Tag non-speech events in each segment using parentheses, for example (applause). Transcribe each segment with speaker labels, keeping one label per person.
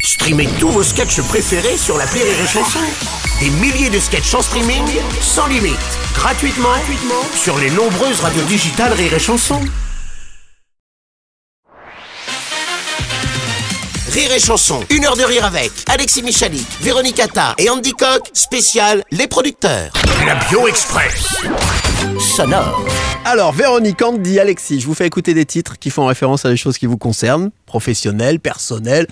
Speaker 1: Streamez tous vos sketchs préférés sur la Rire et Chanson. Des milliers de sketchs en streaming, sans limite, gratuitement, gratuitement sur les nombreuses radios digitales Rire et Chanson. Rire et Chanson, une heure de rire avec Alexis Michalik, Véronique Atta et Andy Coq, spécial Les producteurs. La Bio Express. Sonore.
Speaker 2: Alors, Véronique, Andy, Alexis, je vous fais écouter des titres qui font référence à des choses qui vous concernent, professionnelles, personnelles,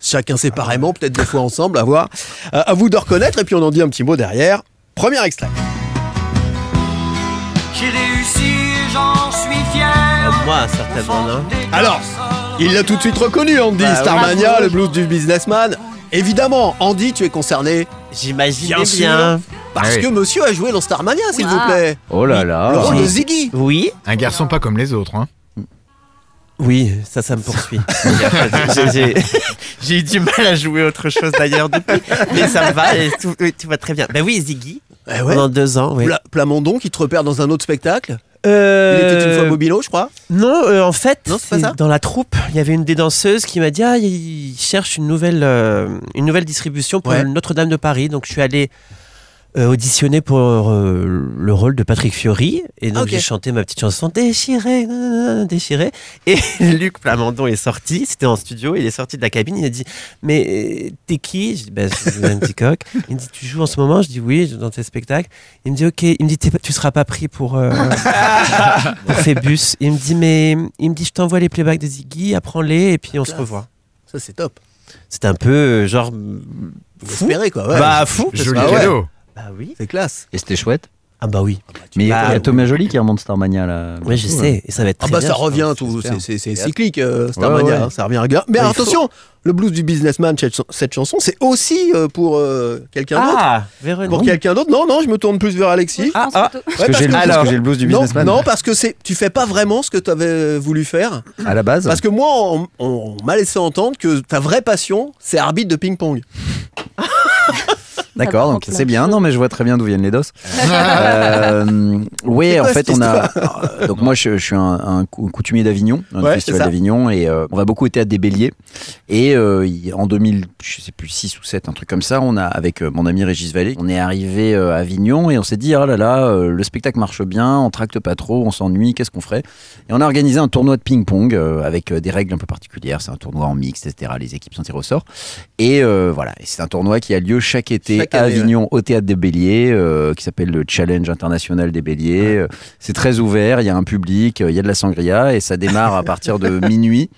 Speaker 2: chacun séparément, peut-être des fois ensemble, à voir. Euh, à vous de reconnaître, et puis on en dit un petit mot derrière. Premier extrait.
Speaker 3: J'ai réussi, j'en suis fier.
Speaker 4: Moi, certainement, non.
Speaker 2: Alors, il l'a tout de suite reconnu, Andy,
Speaker 4: Bah, oui.
Speaker 2: Starmania, le blues du businessman. Évidemment, Andy, tu es concerné
Speaker 4: J'imagine
Speaker 2: Bien
Speaker 4: bien.
Speaker 2: parce
Speaker 5: Ah oui.
Speaker 2: que monsieur a joué dans Starmania, s'il vous plaît.
Speaker 5: Oh là là.
Speaker 2: Le rôle de Ziggy.
Speaker 4: Oui.
Speaker 5: Un garçon pas comme les autres, hein.
Speaker 4: Oui, ça, ça me poursuit. (laughs) J'ai- j'ai- (laughs) J'ai eu du mal à jouer autre chose d'ailleurs depuis, mais ça me va et tout, oui, tout va très bien. Ben oui, Ziggy,
Speaker 2: Eh ouais.
Speaker 4: pendant deux ans. Oui.
Speaker 2: Pla- Plamondon qui te repère dans un autre spectacle. Il
Speaker 4: Euh,
Speaker 2: était une fois Bobilo, je crois.
Speaker 4: Non, euh, en fait,
Speaker 2: Non, c'est pas
Speaker 4: c'est
Speaker 2: ça
Speaker 4: dans la troupe, il y avait une des danseuses qui m'a dit Ah, il cherche une nouvelle, euh, une nouvelle distribution pour
Speaker 2: Ouais.
Speaker 4: le Notre-Dame de Paris. Donc, je suis allé euh, auditionner pour euh, le rôle de Patrick Fiori. Et
Speaker 2: Ah,
Speaker 4: donc,
Speaker 2: Ok.
Speaker 4: j'ai chanté ma petite chanson Déchiré, nanana, déchiré. Et (laughs) Luc Plamondon est sorti, c'était en studio, il est sorti de la cabine, il a dit Mais euh, t'es qui Je dis Bah, je suis Madame Ticoc. Il me dit Tu joues en ce moment Je dis Oui, je joue dans tes spectacles. Il me dit Ok, il me dit T'es pas- Tu seras pas pris pour. euh, pour Phébus. Il me dit, mais il me dit, je t'envoie les playbacks de Ziggy, apprends-les et puis on se
Speaker 2: Classe.
Speaker 4: revoit.
Speaker 2: Ça, c'est top.
Speaker 4: C'est un peu euh, genre fou.
Speaker 2: Espéré, quoi. ouais.
Speaker 4: bah fou. parce
Speaker 5: Joli
Speaker 2: Ah
Speaker 4: que-
Speaker 2: ouais.
Speaker 5: (laughs) cadeau.
Speaker 4: Bah oui.
Speaker 2: C'est classe.
Speaker 6: Et c'était chouette.
Speaker 4: Ah bah oui.
Speaker 6: Mais il y
Speaker 4: Ah,
Speaker 6: a
Speaker 4: oui.
Speaker 6: Thomas Joly qui remonte Starmania là.
Speaker 4: Oui, je
Speaker 6: bientôt, là.
Speaker 4: sais. Et ça va être
Speaker 2: Ah
Speaker 4: très
Speaker 2: bah
Speaker 4: bien,
Speaker 2: ça
Speaker 4: je pense.
Speaker 2: revient tout, c'est- c'est c'est cyclique euh, Starmania,
Speaker 6: Ouais, ouais.
Speaker 2: hein, ça revient à gare. Mais
Speaker 4: Mais il
Speaker 2: attention, le blues du businessman, cette ch- cette chanson, c'est aussi euh, pour euh, quelqu'un d'autre.
Speaker 4: Ah,
Speaker 2: Pour
Speaker 4: Véronique.
Speaker 2: quelqu'un d'autre, non, non, je me tourne plus vers Alexis.
Speaker 4: Ah, ah,
Speaker 6: Parce que j'ai le- parce
Speaker 4: Alors,
Speaker 6: que j'ai le blues du
Speaker 2: non,
Speaker 6: businessman
Speaker 2: non, parce que c'est, tu fais pas vraiment ce que tu avais voulu faire.
Speaker 6: à la base.
Speaker 2: Parce que moi, on, on m'a laissé entendre que ta vraie passion, c'est arbitre de ping-pong.
Speaker 6: D'accord, donc c'est bien. Non, mais je vois très bien d'où viennent les doses. (laughs) Euh, oui,
Speaker 2: C'est
Speaker 6: en
Speaker 2: quoi
Speaker 6: fait,
Speaker 2: cette
Speaker 6: on a. euh, Donc moi, je, je suis un, un cou- coutumier d'Avignon, un
Speaker 2: Ouais,
Speaker 6: festival
Speaker 2: c'est ça.
Speaker 6: d'Avignon, et euh, on va beaucoup été à des béliers. Et euh, il- en 2000, je sais plus 6 ou 7, un truc comme ça, on a avec euh, mon ami Régis Vallée, on est arrivé euh, à Avignon et on s'est dit, ah là là, euh, le spectacle marche bien, on tracte pas trop, on s'ennuie, qu'est-ce qu'on ferait Et on a organisé un tournoi de ping-pong euh, avec euh, des règles un peu particulières. C'est un tournoi en mix, etc. Les équipes sont tirées au sort. Et euh, voilà, Et c'est un tournoi qui a lieu chaque été
Speaker 2: Chaque
Speaker 6: à
Speaker 2: année,
Speaker 6: Avignon au Théâtre des Béliers, euh, qui s'appelle le Challenge International des Béliers. Euh, C'est très ouvert, il y a un public, euh, il y a de la sangria, et ça démarre
Speaker 2: (laughs)
Speaker 6: à partir de minuit,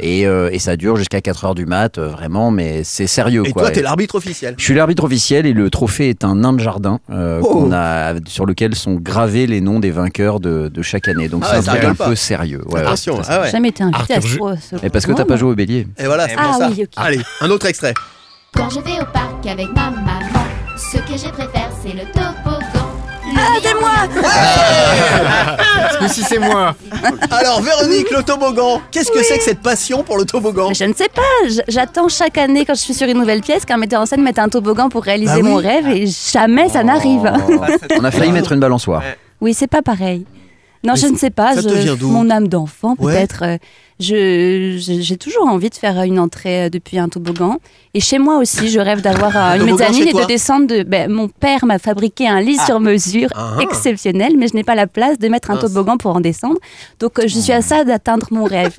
Speaker 6: et, euh, et ça dure jusqu'à 4 heures du mat, euh, vraiment, mais c'est sérieux.
Speaker 2: Et
Speaker 6: quoi.
Speaker 2: toi, t'es
Speaker 6: Et-
Speaker 2: l'arbitre officiel.
Speaker 6: je suis l'arbitre officiel et le trophée est un nain de jardin euh,
Speaker 2: Oh.
Speaker 6: qu'on a, sur lequel sont gravés les noms des vainqueurs de, de chaque année. Donc
Speaker 2: Ah ouais,
Speaker 6: c'est
Speaker 2: ça
Speaker 6: un truc
Speaker 2: rigole
Speaker 6: un
Speaker 2: pas.
Speaker 6: peu sérieux. Ouais, ouais,
Speaker 2: Attention,
Speaker 6: c'est
Speaker 2: ah ouais.
Speaker 7: Jamais été invité
Speaker 5: Arthur, je-
Speaker 7: à ce.
Speaker 6: Et parce que t'as pas joué au bélier.
Speaker 2: Et voilà, c'est
Speaker 7: Ah
Speaker 2: pour ça.
Speaker 7: oui, ok.
Speaker 2: Allez, un autre extrait.
Speaker 8: Quand je vais au parc avec ma maman, ce que je préfère c'est le toboggan. Ah, c'est moi
Speaker 5: Parce que si c'est moi.
Speaker 2: Alors, Véronique, le toboggan. Qu'est-ce que c'est que cette passion pour le toboggan
Speaker 7: Je ne sais pas, j- j'attends chaque année quand je suis sur une nouvelle pièce qu'un metteur en scène mette un toboggan pour réaliser
Speaker 2: Bah oui.
Speaker 7: mon rêve et jamais ça n'arrive.
Speaker 6: On a
Speaker 2: Ah.
Speaker 6: failli mettre une balançoire.
Speaker 7: (laughs) Oui, c'est pas pareil. Non,
Speaker 2: Mais
Speaker 7: je ne sais pas,
Speaker 2: ça te
Speaker 7: je-
Speaker 2: vient d'où
Speaker 7: mon âme d'enfant
Speaker 2: Ouais.
Speaker 7: peut-être. euh, je- je- J'ai toujours envie de faire une entrée euh, depuis un toboggan. Et chez moi aussi, je rêve d'avoir euh, une
Speaker 2: toboggan
Speaker 7: mezzanine
Speaker 2: chez
Speaker 7: et
Speaker 2: toi
Speaker 7: de descendre de... ben, mon père m'a fabriqué un lit sur mesure
Speaker 2: Ah.
Speaker 7: exceptionnel, mais je n'ai pas la place de mettre un
Speaker 2: Mince. Oh.
Speaker 7: toboggan pour en descendre. Donc euh, je suis à ça d'atteindre mon rêve.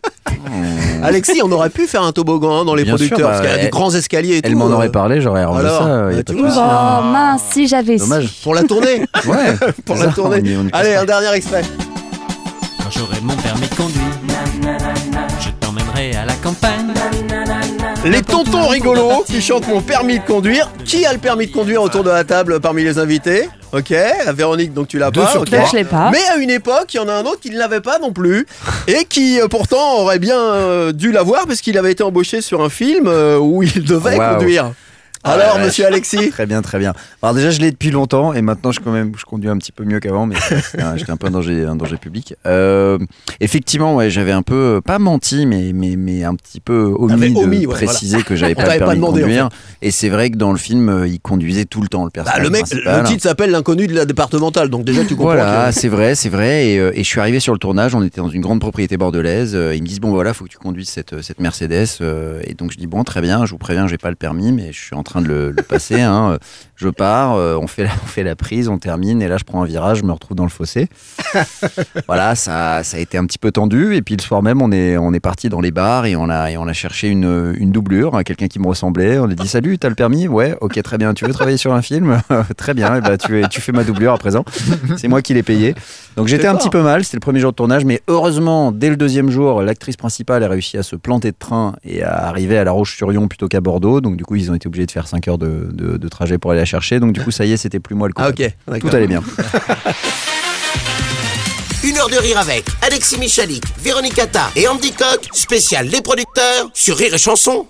Speaker 2: Alexis, on aurait pu faire un toboggan hein, dans les
Speaker 6: Bien sûr,
Speaker 2: producteurs,
Speaker 6: bah,
Speaker 2: parce qu'il y a des
Speaker 6: elle-
Speaker 2: grands escaliers et tout.
Speaker 6: Elle m'en
Speaker 2: euh,
Speaker 6: aurait parlé, j'aurais arrangé
Speaker 2: alors,
Speaker 6: ça. euh, y a
Speaker 2: bah, tu
Speaker 6: pas de
Speaker 2: vois.
Speaker 6: souci.
Speaker 7: Oh mince, si j'avais su.
Speaker 6: Dommage.
Speaker 2: Pour la
Speaker 6: (laughs)
Speaker 2: tournée.
Speaker 6: Ouais,
Speaker 2: (laughs) pour
Speaker 6: c'est
Speaker 2: la
Speaker 6: ça,
Speaker 2: tournée. Ah,
Speaker 6: on y- on y
Speaker 2: Allez,
Speaker 6: passe
Speaker 2: un dernier extrait.
Speaker 9: Quand j'aurai mon permis de conduire, je t'emmènerai à la campagne.
Speaker 2: Les tontons rigolos qui chantent mon permis de conduire. Qui a le permis de conduire autour de la table parmi les invités Ok, Véronique, donc tu l'as
Speaker 5: Deux
Speaker 2: pas.
Speaker 5: sur
Speaker 2: ok.
Speaker 5: trois.
Speaker 7: Ben, Je l'ai pas.
Speaker 2: Mais à une époque, il y en a un autre qui ne l'avait pas non plus et qui euh, pourtant aurait bien euh, dû l'avoir parce qu'il avait été embauché sur un film euh, où il devait
Speaker 6: Waouh. Ah,
Speaker 2: conduire. Alors,
Speaker 6: ouais, ouais.
Speaker 2: monsieur Alexis
Speaker 6: Très bien, très bien. Alors déjà, je l'ai depuis longtemps et maintenant, je, quand même, je conduis un petit peu mieux qu'avant, mais c'est- c'est un- j'étais un peu un danger, un danger public. Euh, effectivement, ouais, j'avais un peu, euh, pas menti, mais, mais, mais un petit peu
Speaker 2: T'avais
Speaker 6: omis de
Speaker 2: omis, ouais,
Speaker 6: préciser
Speaker 2: (laughs)
Speaker 6: que j'avais
Speaker 2: On
Speaker 6: pas le
Speaker 2: t'avait
Speaker 6: permis
Speaker 2: pas demandé,
Speaker 6: de
Speaker 2: en
Speaker 6: conduire. Et c'est vrai que dans le film, euh, il conduisait tout le temps, le personnage
Speaker 2: Bah, le mec,
Speaker 6: principal. hein.
Speaker 2: le titre s'appelle L'inconnu de la départementale, donc déjà tu comprends.
Speaker 6: Voilà,
Speaker 2: que-
Speaker 6: c'est vrai, c'est vrai. Et, euh, et je suis arrivé sur le tournage, on était dans une grande propriété bordelaise. euh, ils me disent Bon, voilà, faut que tu conduises cette, euh, cette Mercedes. euh, et donc je dis Bon, très bien, je vous préviens, j'ai pas le permis, mais je suis en train de le, le passer. hein, euh, Je pars, euh, on, fait la, on fait la prise, on termine. Et là, je prends un virage, je me retrouve dans le fossé. voilà, ça, ça a été un petit peu tendu. Et puis le soir même, on est, on est parti dans les bars et on a, et on a cherché une, une doublure, hein, quelqu'un qui me ressemblait. On lui a dit Salut, t'as le permis Ouais, ok, très bien. Tu veux travailler sur un film (laughs) Très bien, et bah, tu, es- tu fais ma doublure à présent. C'est moi qui l'ai payé. Donc j'étais un
Speaker 2: fort.
Speaker 6: petit peu mal, c'était le premier jour de tournage, mais heureusement, dès le deuxième jour, l'actrice principale a réussi à se planter de train et à arriver à La Roche-sur-Yon plutôt qu'à Bordeaux. Donc du coup, ils ont été obligés de faire 5 heures de, de- de trajet pour aller la chercher. Donc du coup, ça y est, c'était plus moi le coup.
Speaker 2: Ah, ok.
Speaker 6: Tout
Speaker 2: d'accord.
Speaker 6: allait bien.
Speaker 1: Une heure de rire avec Alexis Michalik, Véronique Atta et Andy Coq, spécial Les Producteurs sur Rire et Chanson.